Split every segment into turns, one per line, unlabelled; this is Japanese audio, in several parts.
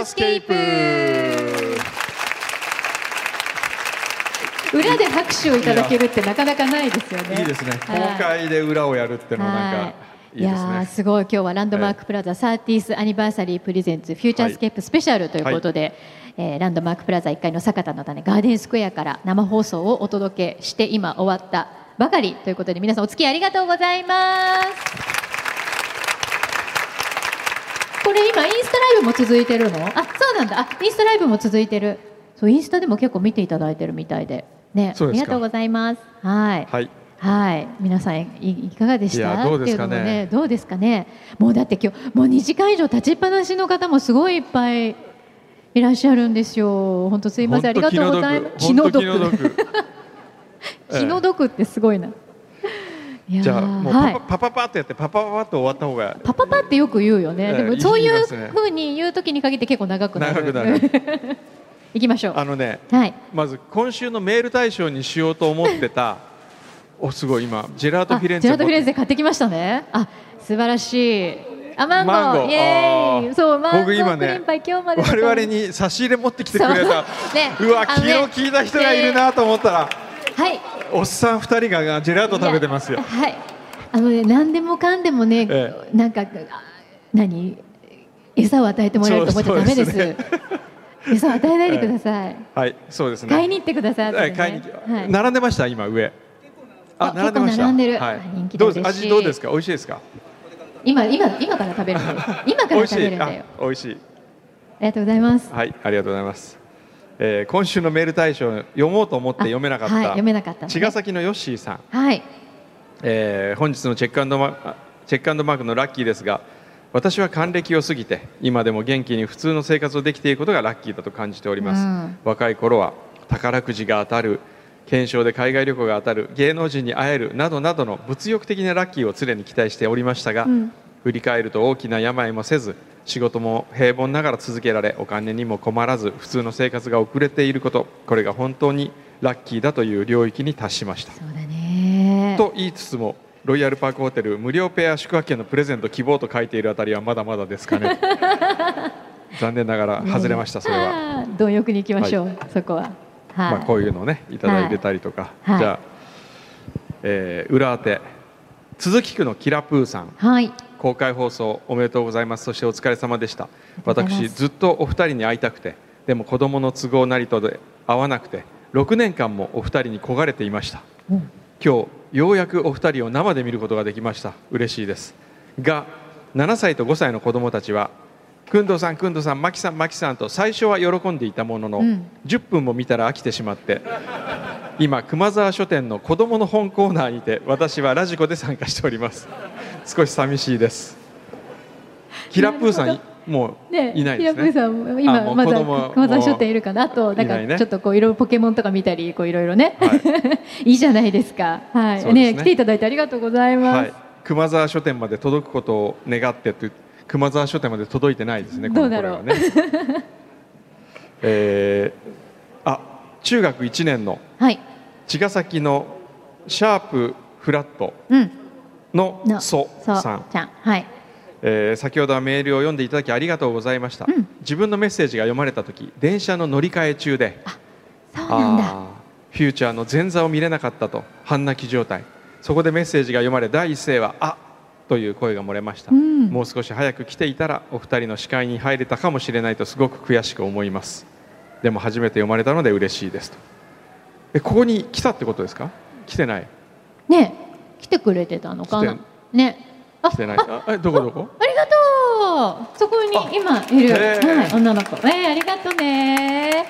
アスケープ
裏で拍手をいただけるってなかなかないですよね。
いいですね公
はい
開で裏をやるってのはなんか
はい
い
い
で
や
す
ー
ね
すごい今日はランドマークプラザ30th アニバーサリープレゼンツフューチャースケープスペシャルということで、えーランドマークプラザ1階の酒田の種ガーデンスクエアから生放送をお届けして今終わったばかりということで皆さんお付き合いありがとうございますこれ今インスタライブも続いてるのあそうなんだあインスタライブも続いてるそうインスタでも結構見ていただいてるみたいでね
そう
あ
で
り
す
が
か
とうございますはい
はい
はい、皆さんいいかがでし
い
た
やどうです
ってい
か
う
ね
のもね、どうですかね。もうだって今日もう2時間以上立ちっぱなしの方もすごいいっぱいいらっしゃるんですよ。本当すいません、ありがとうございます。
本当気の
気の毒
毒ええ
気の毒ってすごいな。いやー
じゃあもう
はい
パパパパパってやってパパパパって終わった方が
パパパってよく言うよね。
ええ
でもそうい
言いうますね
ふうに言うときに限って結構長くな
長く
る。
なる
行きましょう。
あのね
はい。
まず今週のメール対象にしようと思って たおすごい今ジェラートフィレンツェ
あジェラートフィレ
持
ンツ
って
ェ買ってきましたねあ素晴らしいあマンゴー
マンゴー
イエー
あー
イそうマンゴ
僕今
ーク
ね
リームパイ今日まで
我々に差し入れ持ってきてくれた
そうね
うわ
あ
気
のね
を利いた人がいるなと思ったら
はい
おっさん二人がジェラート食べてますよ
いやはいあのね何でもかんでもね、
え
なんかあ何餌を与えてもらえると思っちゃ
そう
ダメです
そうですね
餌を与えないでください、
はいそうですね
買いに行ってください、後で
え
ね
買いに
はい、
並んでました今上
あ結構並んでる
はい
人気で
どう
嬉し
味
い
どうですか美味しいですか
今今今から食べる んだよ今か
美
ら
味し
食べるん
い
だ
あ
よ
美味しい
ありがとうございます
はいありがとうございます、えー、今週のメール対象読もうと思って読めなかった、
あはい読めなかったのね
茅ヶ崎のヨッシーさん
はい
えー本日のチェックアンドマあチェックアンドマークのラッキーですが私は還暦を過ぎて今でも元気に普通の生活をできていることがラッキーだと感じております、
うん
若い頃は宝くじが当たる検証で海外旅行が当たる芸能人に会えるなどなどの物欲的なラッキーを常に期待しておりましたが、
うん
振り返ると大きな病もせず仕事も平凡ながら続けられお金にも困らず普通の生活が遅れていることこれが本当にラッキーだという領域に達しました
そうだね
と言いつつもロイヤルパークホテル無料ペア宿泊券のプレゼント希望と書いているあたりはまだまだですか ね残念ながら外れましたそれは、
あー貪欲に行きましょう、そこははい、
まあ、こういうのをねいただいてたりとか、
はい
じゃあ、えー裏当て鈴木区のキラプーさん
はい
公開放送おめでとうございますそしてお疲れ様でした
ありがとうござい
私
ます
ずっとお二人に会いたくてでも子供の都合なりとで会わなくて6年間もお二人に焦がれていました
うん
今日ようやくお二人を生で見ることができました嬉しいですが7歳と5歳の子供たちはくんどうさんくんどうさんまきさんまきさんと最初は喜んでいたものの、
うん
10分も見たら飽きてしまって今熊沢書店の子供の本コーナーにて私はラジコで参加しております少し寂しいですキラプーさ
なんるほ
もう
ね、
いないです
平子
ね
さんも
あも
今
う
ま
子
だ
供は
熊沢書店いるかなあとなん
いない
か
ね
ちょっとこういろいろポケモンとか見たりこういろいろね、
はい
、いじゃないですかはい
そうですね
ね来ていただいてありがとうございます、
はい、熊沢書店まで届くことを願ってって熊沢書店まで届いてないですね
どうだろう
この頃はねえーあ中学1年の
はい
茅ヶ崎のシャープフラット
うん
の
の
ソ
そう
さん、
ちゃんはい
えー先ほどはメールを読んでいただきありがとうございました、
うん
自分のメッセージが読まれた時電車の乗り換え中で
そうなんだ
あーフューチャーの前座を見れなかったと半泣き状態そこでメッセージが読まれ第一声は「あという声が漏れました、
うん
もう少し早く来ていたらお二人の視界に入れたかもしれないとすごく悔しく思いますでも初めて読まれたので嬉しいですとえここに来たってことですか来てない
ね来てくれてたのかな
来て
ねあ
来てない
あ
あえどこどこ
ありがとう。そこに今いる、
へー
はい、女の子。えー、ありがとうね。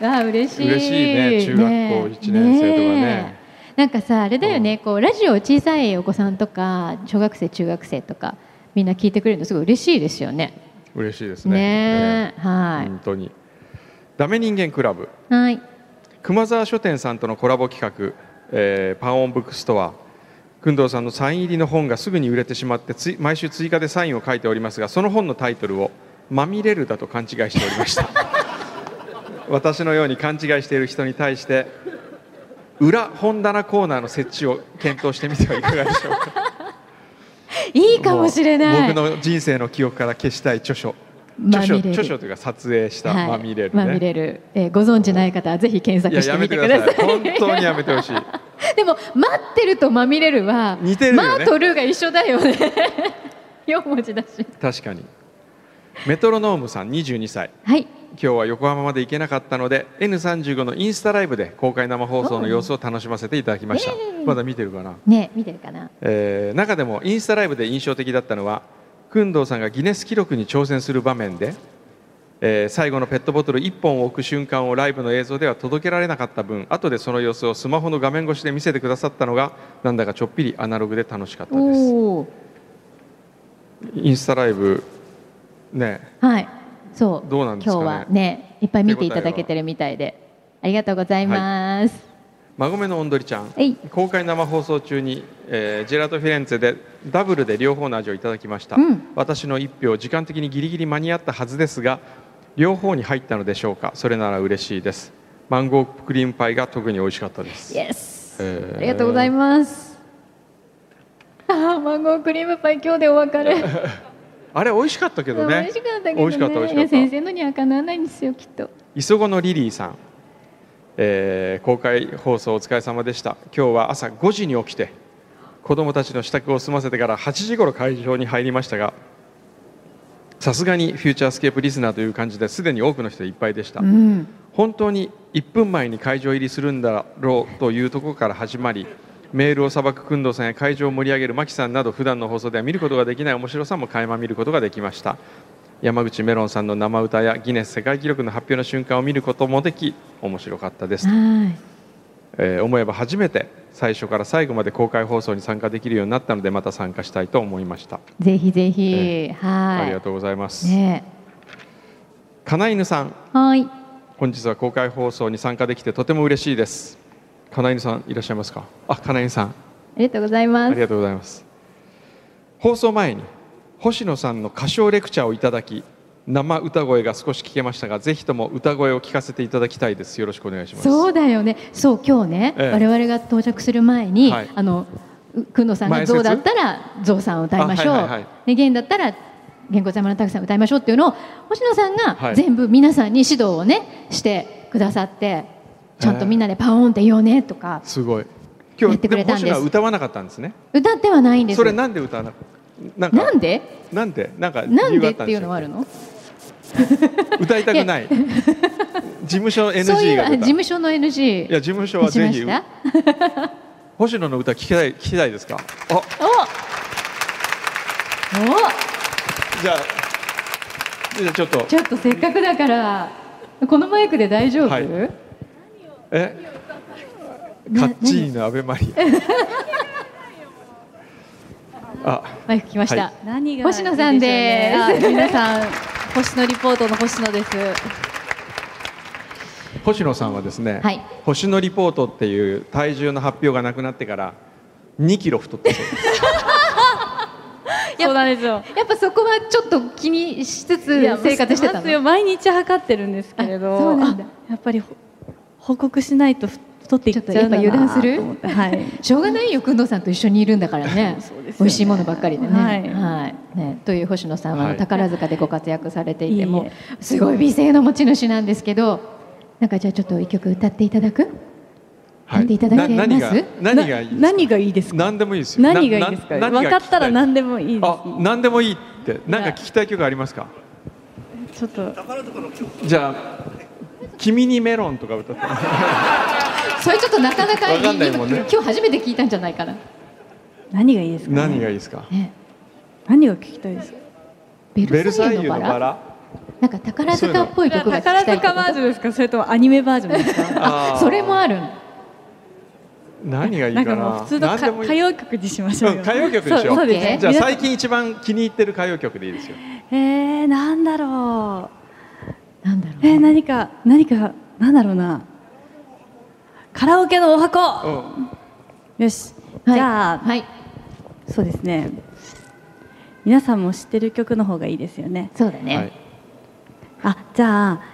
わあ嬉しい。
嬉しいね中学校一年生とかね
なんかさあれだよね、こうラジオ小さいお子さんとか小学生中学生とかみんな聞いてくれるのすごい嬉しいですよね。
嬉しいですね
ねえ、
えー
はい、
本当にダメ人間クラブ
はい
熊沢書店さんとのコラボ企画、えーパンオンブックストア工藤さんのサイン入りの本がすぐに売れてしまってつい毎週追加でサインを書いておりますがその本のタイトルを「まみれる」だと勘違いしておりま した私のように勘違いしている人に対して裏本棚コーナーの設置を検討してみてはいかがでしょうか
いいかもしれない。
う僕の人生の記憶から消したい著書
ま
著書
みれる
著書というか撮影した
はい
まみれる
まみ
ね。
れるえーご存知ない方はぜひ検
いや
索し
や
て
め
み
て
て
くだ
く
さ
だ
い。
さい
本当にやめてほしい。
でも待ってるとまみれるは
似てるよね
マーとルーが一緒だよね 四文字だし
確かに。メトロノームさん22歳。
はい
今日は横浜まで行けなかったので N35 のインスタライブで公開生放送の様子を楽しませていただきました
おうイエーイ
まだ見てるかな、
ね見てるかな
えー中でもインスタライブで印象的だったのは工藤さんがギネス記録に挑戦する場面で、えー最後のペットボトル1本を置く瞬間をライブの映像では届けられなかった分後でその様子をスマホの画面越しで見せてくださったのがなんだかちょっぴりアナログで楽しかったです
おお
インスタライブね
はいそう
どうなんですかね
今日はねいっぱい見ていただけてるみたいでありがとうございます、
孫めのおんどりちゃん
はい
公開生放送中に、えージェラートフィレンツェでダブルで両方の味をいただきました、
うん
私の1票時間的にギリギリ間に合ったはずですが両方に入ったのでしょうかそれなら嬉しいですマンゴークリームパイが特に美味しかったです
イエス
えー
ありがとうございますあーマンゴークリームパイ今日でお別れ、
あれ美味しかったけど
美
ね
味しかったけどね
美味しかった美味しか
い
った
や先生のにはかなわないんですよきっと
磯子のリリーさん、えー公開放送お疲れ様でした今日は朝5時に起きて子供たちの支度を済ませてから8時頃会場に入りましたがさすがにフューチャースケープリスナーという感じですでに多くの人でいっぱいでした、
うん
本当に1分前に会場入りするんだろうというところから始まりメールをさばく工藤さんや会場を盛り上げる牧さんなど普段の放送では見ることができない面白さも垣間見ることができました山口メロンさんの生歌やギネス世界記録の発表の瞬間を見ることもでき面白かったです、
はい
えー思えば初めて最初から最後まで公開放送に参加できるようになったのでまた参加したいと思いました、
ぜひぜひ、
え
はい
ありがとうございます、
ね
金犬さん
はい
本日は公開放送に参加できてとても嬉しいです金井さんいらっしゃいますかあ金井さん
ありがとうござい
あ
ま
り
す
がとうございます放送前に星野さんの歌唱レクチャーをいただき生歌声が少し聞けましたがぜひとも歌声を聞かせていただきたいですよろしくお願いします
そうだよねそう今日ね、
ええ
我々が到着する前に、
はい
あのうくんのさんが
前説
ゾウだったらゾウさんを歌いましょう、
あはいはいはい
でゲンだったらゲンコ様のたくさん歌いましょうっていうのを星野さん
は
が
い
全部皆さんに指導をねしてくださってちゃんとみんなでパオーンって言おうねとか
すごい今
や
日
って
でも
くれたん
星
です
野は歌わなかったんですね
歌ってはないんです
それなんで歌わななんか
なんで
なんでなんか理
なん
由が
で
あ
っ
ったん
てい
で
う
す
のはあるの
歌いたくない事務所
そうい
NG
う
が
あ
出
事
た
務所の NG
いや事務所は
し
ぜ
ま
ひ
した
星野の歌聞きたい聞きたいですか。あ、
おお
じゃあじゃあちょっと
ちょっとせっかくだからこのマイクで大丈夫、
はいえ、カッチーニのアベマリア。あ、
マイク来ました、
は
何が
星野さんです
いい しょうねあ皆さん、星野リポートの星野です。
星野さんはですね、
はい
星野リポートっていう体重の発表がなくなってから2キロ太ったそうです。
そうなんですよ。
やっぱそこはちょっと気にしつつ生活して
ま
た
すよ
の
毎日測ってるんですけれ
あそう
ど、
なんだ
あやっぱりほ報告しないと太っていっちゃうんだな
ちょっとやっぱ油断する
と思ってはい。
しょうがないよ工藤さんと一緒にいるんだからね
そうですよね
美味しいものばっかりでね,、は
はいい
ねという星野さん
は
はい宝塚でご活躍されてい
いえい
て
え
もうすごい美声の持ち主なんですけどなんかじゃあちょっと一曲歌っていただくなんでいただけます
な何が 何がいいですか。
何が
何でも
いいですか。
いいですよ。
何がいいですか。
な
分かったら
何が聞
何でもい
き
い
た
で
い。
す。
あ、何でもいいって。なんか聞きたい曲ありますか。
ちょっと
じゃあ君にメロンとか歌って。
それちょっとなかなか
わかんないもんね
今今日初めて聞いたんじゃないかな、
何がいいですか。
何がいいですか。
ね、
何が聞きたいですか。
ベ
ベル
ル
サ
サ
イ
イ
ユ
ユ
の
の
バ
バラ
ラ。
なんか宝塚っぽい曲が聞きたいってこと
ジョンですか。それともアニメバージョンですか。
あ
あー
それもあるの
何がいい
な
か
ん
な。
かもう普通の
何で
か
もいい
歌謡曲にしましょう
うん
よ。
歌謡曲にしよう
そうそうですね。
じゃあ
皆さん
最近一番気に入ってる歌謡曲でいいですよ。
えー、なんだろ
なんだろ
う。えー、何か何かなんだろうな。カラオケのお
う
箱。
ん、
よし。
うはい
じゃあ、
はい
そうですね。皆さんも知ってる曲の方がいいですよね。
そうだ
は
ね
い。
あ、じゃあ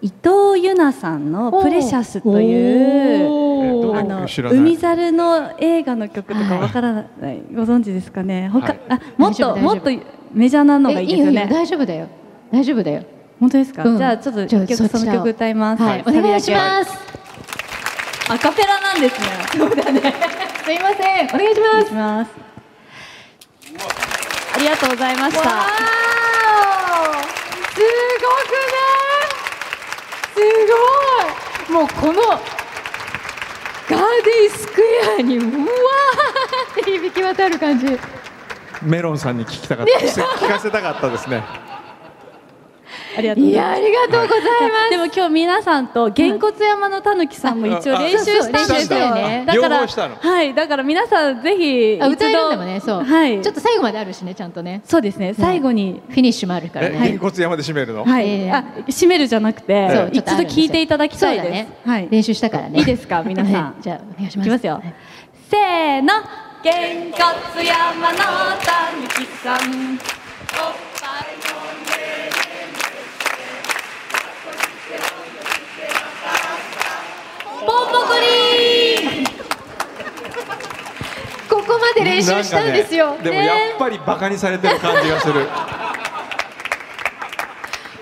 伊藤由奈さんのプレシャスとい
ー
う。
お
どう
あ
ー
の
知らない
海猿の映画の曲とかわからない、ご存知ですかね。他、
はい
あもっ
大丈夫大丈夫
ともっとメジャーなのが
え
いいですよ
よ
ね。
大丈夫だよ大丈夫だよ。
本当ですか、
うん
じゃあちょっと
じゃあ
一曲
そ
そ
ちら
の
を
曲歌います、
はい、お願いします。
すアカペラなんですね
すいません、お願いし
お願
ま
いしますありがとうございまし
す。わ
た
ーすごくない。すごい。もうこの。ガーデンスクエアに、うわー って響き渡る感じ。
メロンさんに聞きたかったです聞かせたかったですね
ありがとうご
い
ざいます
や、ありがとうございます。
でも今日皆さんとげんこつ山のたぬきさんも一応練習したん
あ
ですよ。
あそうそう
だから
両方したの
はい、だから皆さんぜひ一度
あ歌えるんだもんね、そう、
はい、
ちょっと最後まであるしね、ちゃんとね。
そうですね。最後に、
フィニッシュもあるから
え、
ね。
げんこつ山で締めるの、
はい、
ええ
あ締めるじゃなくて、
そう
ちょ
一
っとあ
度
るんですよ
聞いていただきたいです。
そうだね
はい、
練習したからね。
いいですか皆さん
はいじゃあお願いし
い
ます。
きますよ。
はい
せーの、げんこつ山のたぬきさん。
ポンポコリン。ここまで練習したんです
な
よ。
んかねでもやっぱりバカにされてる感じがする、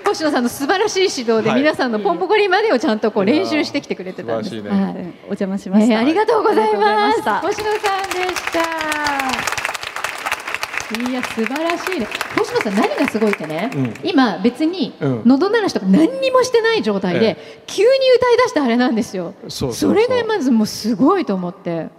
星野さんの素晴らしい指導で、
はい
皆さんのポンポコリンまでをちゃんとこう
いやー
練習してきてくれてたんです。
素晴らしいね
は
うん
い。
お邪魔しまし
え
た。
ー、ありがとうございま
あり
す。
がとうございま
星野さんでした。いや素晴らしいね。星野さん何がすごいってね、
うん
今別に
うん
喉鳴らしとか何にもしてない状態で、急に歌い出したあれなんですよ。
そうそうそう
れがまずもうすごいと思って。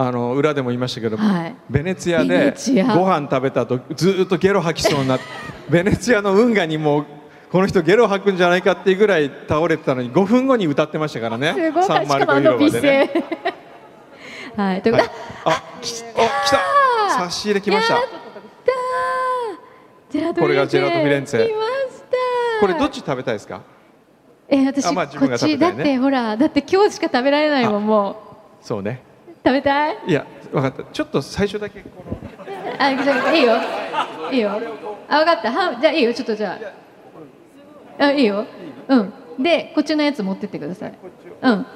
あの裏でも言いましたけど、
はい
ベネツィア
ベネ
で
チア
ご飯食べたとずーっとゲロ吐きそうになっ てベネツィアの運河にもうこの人ゲロ吐くんじゃないかっていうぐらい倒れてたのに5分後に歌ってましたからね
すごいしかもあの美
305
声。
ね、
はい。というこ
はい
とで、
あ来た来た差し入れ来ました
やったージェラート
これがジェラートフィレンツェ
来ました
これどっち食べたいですか
えー私、
あまあ自
こ
分
っ
が
ち
食べ
だ
た
っ
いね
てほらだって今日しか食べられないもんも
そうね
う食べたい
いや分かったちょっと最初だけこの
あじゃあいいよいいよあ分かったはじゃあいいよちょっとじゃああいいようんでこっちのやつ持ってってくださいうん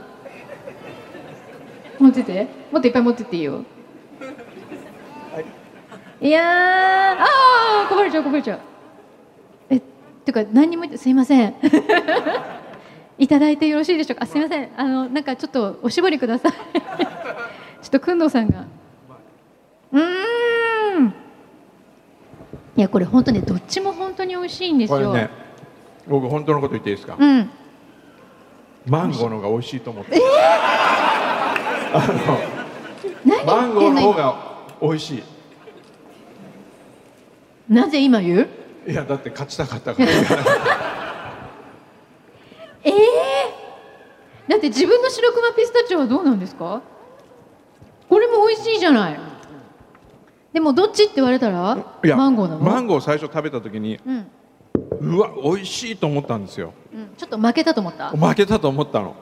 持ってってもっといっぱい持ってっていいよいやーああこぼれちゃうこぼれちゃうえってか何にも言ってすいません いただいてよろしいでしょうかあすいませんあのなんかちょっとおしぼりくだ さいちょっとくんどうさんがうーんいやこれ本当ねどっちも本当に美味しいんです
これ
よ、
ね僕本当のこと言っていいですか
うん
マンゴーの方が美味しいと思って
何
マンゴー
言ってん
の方
の
が美味しい
なぜ今言う
いやだって勝ちたかったから
ええだって自分の白熊ピスタチオはどうなんですかこれも美味しいじゃないでもどっちって言われたら
いや
マンゴーなの
マンゴー最初食べた時に
うん
うわ美味しいと思ったんですよ
うん、ちょっと負けたと思った
負けたと思ったの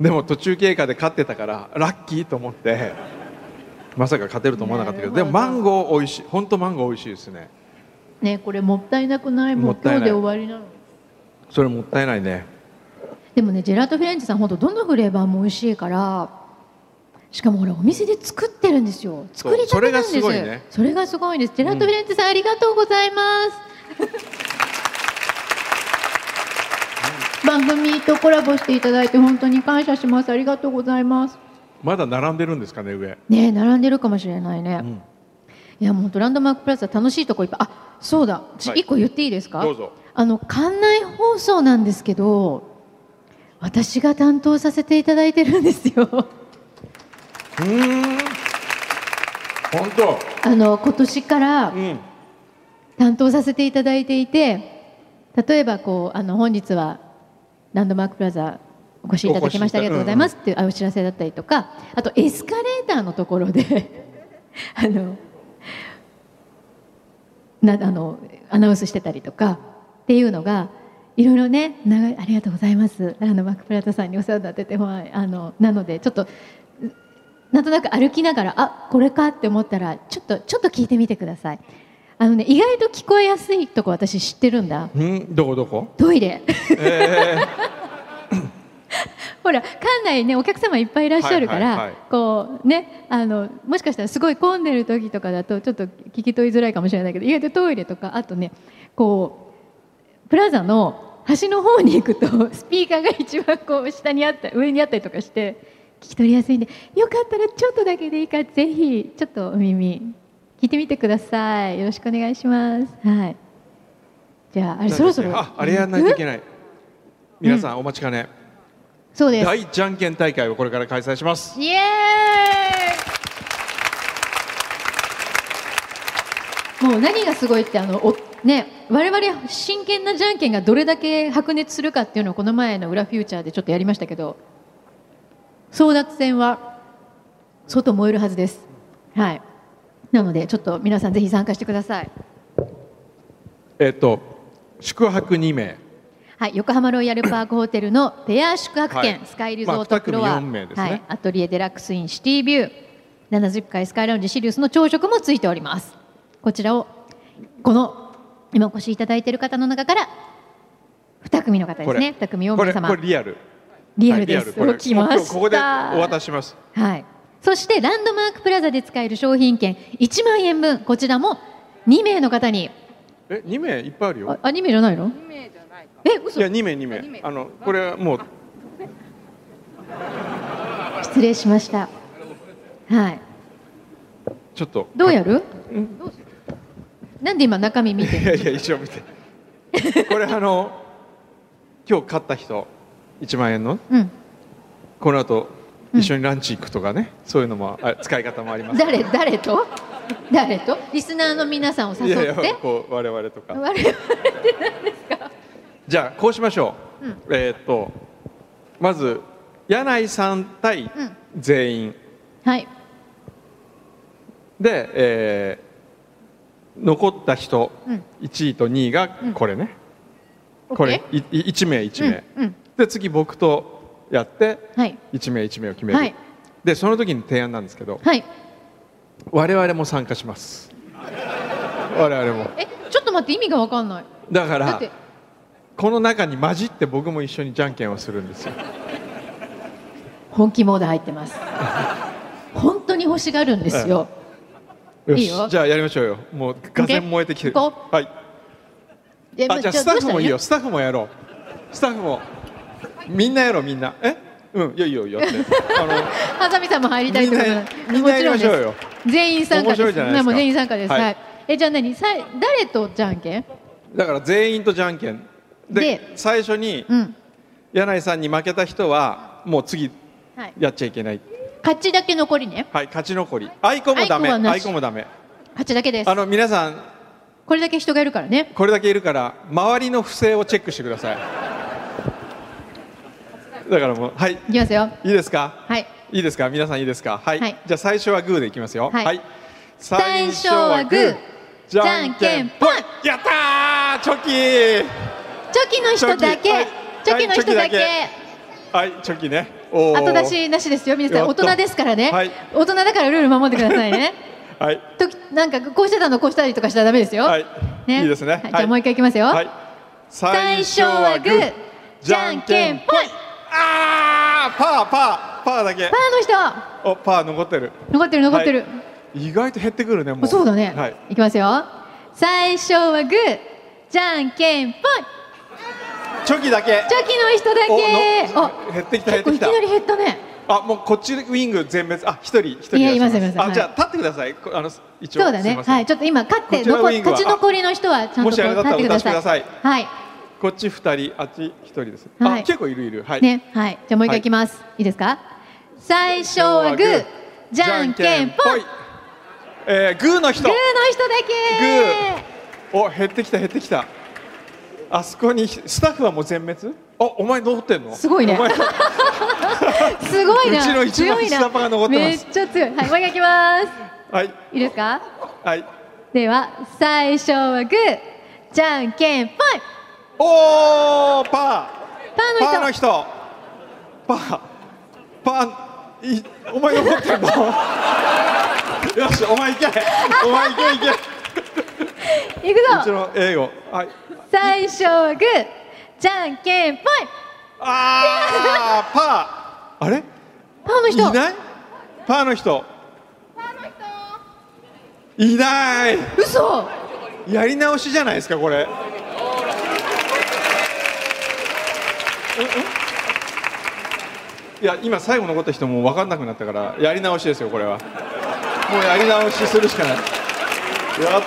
でも途中経過で勝ってたからラッキーと思ってまさか勝てると思わなかったけど
なる
でも
ほど
マンゴー美味しい本当マンゴー美味しいですね
ねこれもったいなくないも
も
う
ったい
今日
ない
で終わりなの
それもったいないね
でもねジェラートフィレンツェさん本当どのフレーバーも美味しいからしかもほらお店で作ってるんですよ
そう
作りたてなんです
それがすごいね
それがすごいですジェラートフィレンツェさん、ありがとうございます、番組とコラボしていただいて本当に感謝しますありがとうございます
まだ並んでるんですかね上、
ねえ並んでるかもしれないね、
ん
いやもうほんとランドマークプラザ楽しいとこいっぱいあそうだ私
はい
一個言っていいですか、
どうぞ
あの館内放送なんですけど私が担当させていただいてるんですよ
うーん本当
あの今年から
うん
担当させていただいていて例えばこうあの本日はランドマークプラザお越しいただきましてあ
お越しい
り
た
がとうございますっていうあお知らせだったりとかあとエスカレーターのところで あのなあのアナウンスしてたりとかっていうのがいろいろね長いありがとうございますランドマークプラザさんにお世話になってて、はいあのなのでちょっとなんとなく歩きながらあこれかって思ったらちょっとちょっと聞いてみてくださいあのね意外と聞こえやすいとこ私知ってるんだ
うんどこどこ
トイレ
えー
ほら館内ねお客様いっぱいいらっしゃるから、
はいはいはい
こうねあのもしかしたらすごい混んでる時とかだとちょっと聞き取りづらいかもしれないけど意外とトイレとかあとねこうプラザの端の方に行くとスピーカーが一番こう下にあった上にあったりとかして聞き取りやすいんでよかったらちょっとだけでいいからぜひちょっとお耳聞いてみてくださいよろしくお願いしますはいじゃああれそろそろ
ああれやらないといけない皆さんお待ちかね、
そうです
大じゃんけん大会をこれから開催します
イエーイもう何がすごいってあのおね我々真剣なじゃんけんがどれだけ白熱するかっていうのをこの前の「裏フューチャー」でちょっとやりましたけど争奪戦は外燃えるはずですはいなのでちょっと皆さんぜひ参加してください
えっと宿泊2名
はい、横浜ロイヤルパークホテルのペア宿泊券、
はい
スカイリゾートフロ
まあ
ア、
二組四名ですね
はい、アトリエデラックスインシティビュー70階スカイラウンジシリウスの朝食もついておりますこちらをこの今お越しいただいている方の中から2組の方ですね2組4
こ
名
れ
様
これリアル
リアルで
はい
す、
これ
来ま
もう
し
今
た
日ここでお渡しします
はい、そしてランドマークプラザで使える商品券1万円分こちらも2名の方に
え2名いっぱいあるよ
ああ2名じゃないの
2名じゃないか。
え嘘
いや2名2名
名
あのこれはもう
失礼しましたはい
ちょっと
どうやるなんで今中身見て
いやいや一応見てこれあの今日買った人1万円の
うん
この後
うん
一緒にランチ行くとかね、そういうのもあ使い方もあります
誰誰と誰とリスナーの皆さんを
い
誘
やい
っ
や
て
こう我々とか
我々
じゃあこうしましょう、
うん
えーっとまず柳井さん対
うん
全員、
はい
で、えー残った人
うん
1位と2位がこれね、これいい1名1
OK
名、
うんうん
で次僕とやって
はい
1名1名を決める、
はい
でその時に提案なんですけど
はい
我々も参加します我々も
えちょっと待って意味がわかんない
だか
だっ
ら
て
この中に混じって僕も一緒にじゃんけんをするんですよ
本気モード入ってます本当に欲しがるんですよ
よし
いいよ
じゃあやりましょうよもうがぜん燃えてきてる、
行こ
はい、
でま
あじゃあスタッフもいいよ
どうし
スタッフもやろうスタッフもみんなやろうみんなえうんいいよいいよいいよって あ
たらいいハサミさんも入りたいってことなんで
みんなみんなやりましょうよ
もちろんです全員参加です
面白いじゃないですか
もう全員参加です
は
はいい、えじゃあ何さい誰とじゃんけん
のだから全員とじゃんけんで
で
最初に
うん
柳井さんに負けた人はもう次
はい
やっちゃいけない
勝ちだけ残りね
はい勝ち残りアイコンもダメ
アイコンはなし
アイコンもダメ
勝ちだけです
あの皆さん
これだけ人がいるからね
これだけいるから周りの不正をチェックしてくださいだからもうはい
いきますよ
いいですか
はい
いいですか皆さんいいですかはい、
はい
じゃあ最初はグーでいきますよ
はい
最
初はグー
じゃんけんぽんやったーチョキー
チョキの人
チ
だ
ョキは
け
い
チョキの人だけ
はいはいチョキねおー
後出しなしですよ皆さ
や
ん
っ
大
と
人ですからね
はい
大人だからルール守ってくださいね
はい
ときなんかこうしてたのこうしたりとかしたらダメですよ
はい、
ね
いいですね、
はいじゃあもう一回いきますよ
はい、
最初はグーじゃんけんぽんパー
あーパーパーパーだけ
の
おパー残ってる
人残ってる残ってる、
意外と減ってくるねも
あ
う
そうだね、
はいい、
きますよ最初はグーじゃんけんぽん
チョキだけ
チョキの人だけ
お
お
の減ってきた減ってきた
結構いきなり減ったね
あもうこっちウィング全滅あ一人一人
いや
らっしゃ
いますいますは
あ
い
じゃあ立ってくださいこあの一応
そうだね。
すません
はい、ちょっと今勝って
こちらの
残
ウイングは
勝ち残りの人はちゃんとこ
もしあ
う
れだった
立っ
ら
てください。
お出しくだ
はい。
こっち二人あっち一人です、
はい
あ結構いるいるはい、
ね、はい。じゃあもう一回いきます。いいですか？最初はグー、じゃんけんぽん。グーの人だ
いえー、グーの人
け。
お減ってきた減ってきたあそこにスタッフはもう全滅あお前残ってんの
すごいね
お 前
すごいな。
うちの一番
強いな
下っ端が残ってます
めっちゃ強い。はい、もう一回いきます。
はい
いいですか？
はい
では最初はグー、じゃんけんぽん。
おーパー
パ
パ
ー
ーの
の人。
人パーパーいお前残ってんの よしお前いけお前いけいけ
いく
うち
ぞ。
の英語はい
最初はグー、じゃんけんぽん。
あーパーあれ
パーの人。
いないパーの人いない
嘘。
やり直しじゃないですかこれいや今最後残った人もう分かんなくなったからやり直しですよこれはもうやり直しするしかないやっ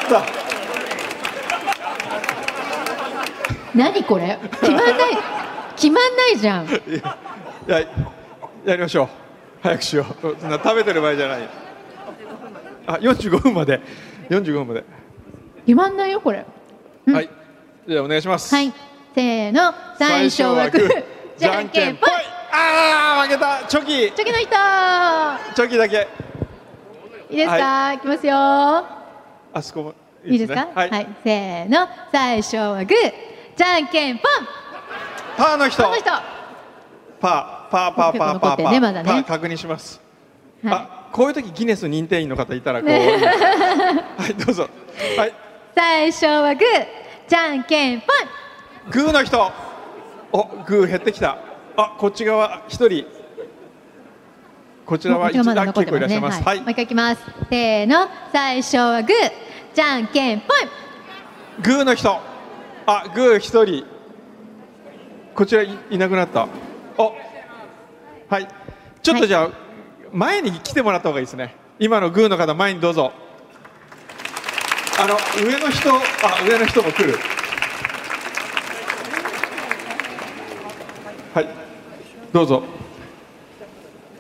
た
何これ決まんない決まんないじゃん
いややりましょう早くしようそんな食べてる場合じゃないあ45分まで45分まで、
決まんないよこれうん
はいじゃあお願いします、
はいせーの最初はグ ーじゃんけんぽい
ああ負けたチョキ
チョキの人
チョキだけ
いいですか、い、きますよ
あそこも
いいですか
ね
は、
はいい、
せーの最初はグーじゃんけんぽん
パーの人
この人
パーパーパーパーパー
結構残って
パ
る
ー,、
ねまだね
パー確認します、
はい
あこういう時ギネス認定員の方いたらこう、
ね
はいどうぞはい
最初はグーじゃんけんぽん
グーの人おグー減ってきたあこっち側一人こちらは
こちら
一
まだ
段
残っ
結
て
構い
ま
ら
す
っしゃいますは
ね
い、
もう一回いきますせーの最初はグーじゃんけんぽん
グーの人あグー一人こちらいいなくなったおはいちょっ
は
と
い
じゃあ、前に来てもらった方がいいですね今のグーの方前にどうぞあの上の人あ上の人も来るはいどうぞ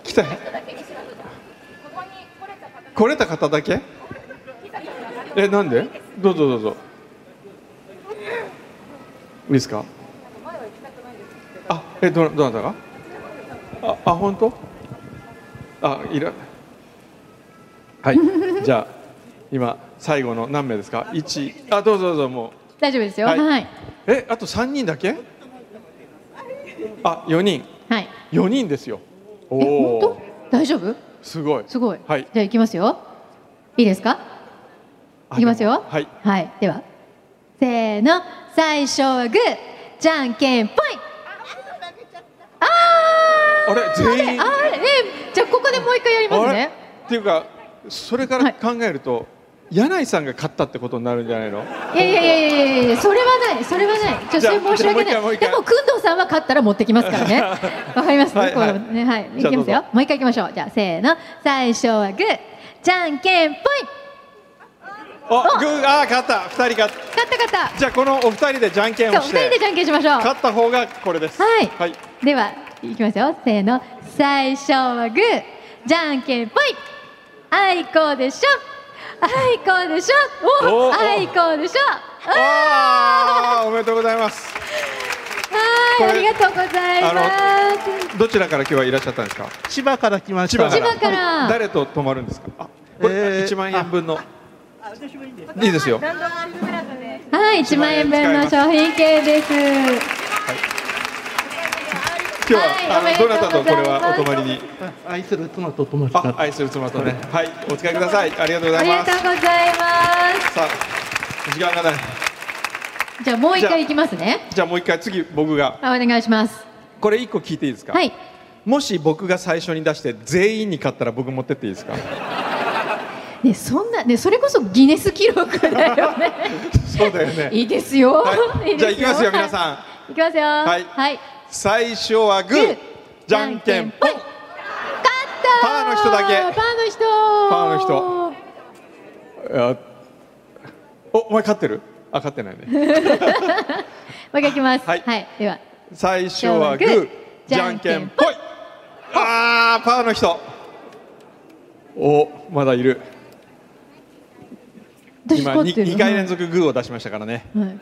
来た来れた方だけえなんでどうぞどうぞいいですかあえどどなたがああ本当あいらはい じゃあ今最後の何名ですか一あどうぞどうぞも
大丈夫ですよは
はいい
はい、
うえあと三人だけあ四人四人ですよお
え本
お
当大丈夫
すごい
すごい、
はい
じゃあいきますよいいですか
あ
いきますよ
はい
はい、ではせーの最初はグーじゃんけんぽいあ
あれ
ーあれ
全員
あれえじゃあここでもう一回やります
あ
ね
れっていうかそれから考えると、柳井さんが勝ったってことになるんじゃないの
いやいやいやいやいやいやそれはないそれはないちょっと
じ
そ
ゃあ
れ申し訳
じゃあも
な
う
い
一
で
回
も工藤さんは勝ったら持ってきますから ねわかります
はいはい
こうねはい、い
じゃあど
きま
う
す
ぞ
よもう一回いきましょうじゃあせーの最初はグーじゃんけんぽい
あグーあー勝った二人勝っ
勝った勝った
じゃあこのお二人でじゃんけんを
そう
し
二人で
て
じゃんけんしましょう
勝った方がこれです
はい
はい、
ではいきますよせーの最初はグーじゃんけんぽいあいこでしょあいこでしょお
おー
あいこでしょ
あーおめでとうございます
はーいあ
これ
りがとうございます
どちらから今日はいらっしゃったんですか
千葉から来まし
千葉
た。
から
千葉から
はい誰と泊まるんですかあこ
え
れ
ー
一万円分のいいですよ
はい1万円分の
一
商品券です
今日
はい
は、あ
おめ
の
でとう
ど
ござ
ない
ま
た
す
とこれはお泊まりに
愛する妻と友達だ
あ
っ
愛する妻とねはいお使いくださいありがとうご
あ
ざい
りが
ま
とう
す
ございま
さあ時間がない
すじゃあもう一回いきますね
じゃあもう一回次僕が
あお願いします
これ一個聞いていいですか、
はい
もし僕が最初に出して全員に勝ったら僕持ってっていいですか
ねそんなねそれこそギネス記録だよね
そうだよね
いいですよ、
はいじゃあ
で
いきますよ皆さん
いきますよ。
はい
はい。
最初はグ
グー
ーじゃんけんぽん
勝った。
パーの人だけ
パーの人。
パーの人。あおお前勝ってるあ勝ってないね
もう一回いきます。は。
はいい
では。
最初はグ
グー
ーじゃんけんぽいあーパーの人おまだいる
どうし
今
勝っ
2,
てる
回連続グーを出しましたからね
はい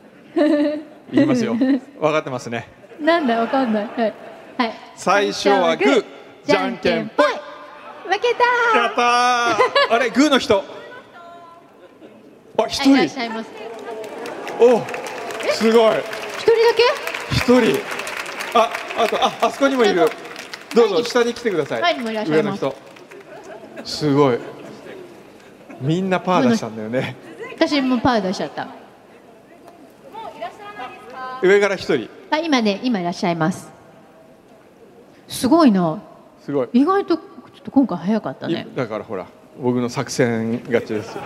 言いますよ分かってますね
なんだわかんない。はい。はい。
最初はグー
じゃんけんぽい。負け
や
た
ったーあれグーの人あ一
はいいらっし
人
ゃいます。
おすごい
一人だ
一人ああとああそこにもいるどうぞ下に来てください、
前にもいらっしゃい
上
ま
の
す
人すごいみんなパー出したんだよね
け？私もパー出しちゃった。
上から一人
あ、今ね、今いらっしゃいます。すごいな。
すごい、
意外とちょっと今回早かった
い
ね。
だからほら僕の作戦勝ちです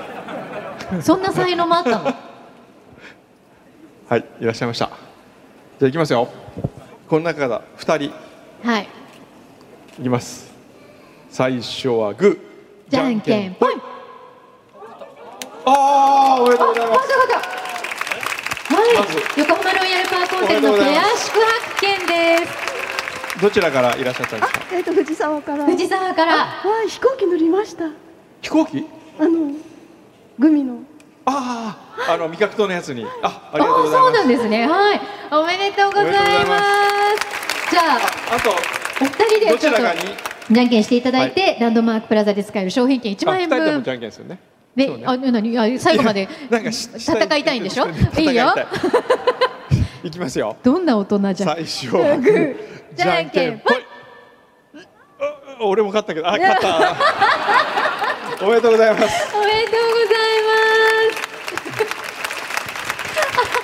そんな才能もあった の。
はいいらっしゃいましたじゃあ行きますよこの中から2人
はい
いきます最初はグー
じゃんけんぽい
ああおめでとうござい
あ
ま
本
す
当だ本当だはい、横浜ロイヤルパーコンセルのペア宿泊券です。
どちらからいらっしゃったんですか
えっと藤沢から。
藤沢から。
わあ飛行機乗りました。
飛行機
あのグミの。
あああの味覚糖のやつにああり
あ
がとうござい
そう
ます
なんですね。はい、おめでとうござ
おめ
います。
でとうござい
じゃあ、
あ
お二人
と
で
ど
ち
ち
ょっ
ら
と
かに
じゃんけんしていただいて、ランドマークプラザで使える商品券1
あ
万
二
円
人とも
分
じ。ゃんけんですよね
で、
そうね
あ、何、あ最後まで
なんかし
戦いたいんでしょ
戦
いいよ
た。いきますよ
どんな大人じゃん。
最初はグー
じゃんけん
ぽいあ俺も勝ったけどあ勝った おめでとうございます
おめでとうご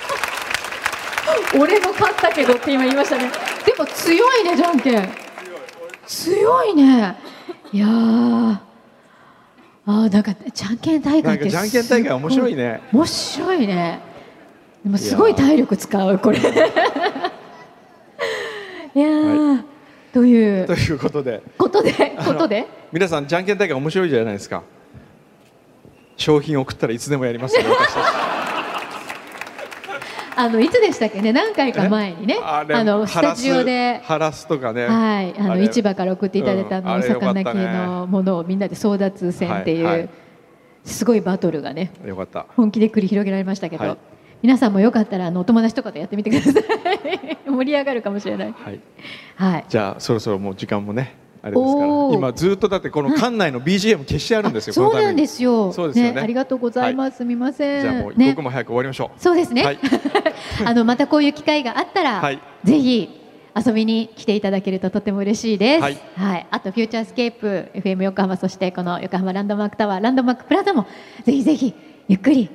ざいます。 俺も勝ったけどって今言いましたね。でも強いねじゃんけん。強いね。いやー。あーなんかじゃんけん大会って
なんかじゃんけん大会面白いね
すごい面白いねでもすごい体力使うこれ いやー、という
ということで
ことでこ とで
皆さんじゃんけん大会面白いじゃないですか商品送ったらいつでもやりますので私たち
あのいつでしたっけね何回か前にねあ
れ
のス
ハラ
タ
ス
ジオで。
ハラスとかね
はい、
あ
あの
れ
市場から送っていただいたあ
うんあ
の
れよかったね
魚系のものをみんなで争奪戦ってい
はいうはい
すごいバトルがね
よかった
本気で繰り広げられましたけ
は
ど
い
皆さんもよかったらあのお友達とかとやってみてください 盛り上がるかもしれない
はい
はい
じゃあそろそろもう時間もねあれですから
おー
今ずっとだってこの館内の BGM 消してあるんですよ
そうなんですすよ
そうですよね
ありがとうございますすみません
じゃあもう一
ね
刻も早く終わりましょ
そうですね、
はい
あのまたこういう機会があったら、
はい
ぜひ遊びに来ていただけるととても嬉しいです、
は
はいいあとフューチャースケープ FM 横浜そしてこの横浜ランドマークタワーランドマークプラザもぜひぜひゆっくり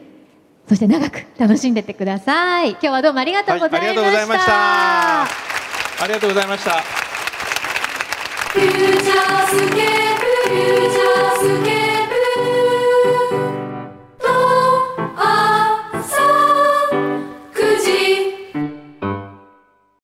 そして長く楽しんでってください今日はどうもありがとうございました、
はいありがとうございましたうありがとうございました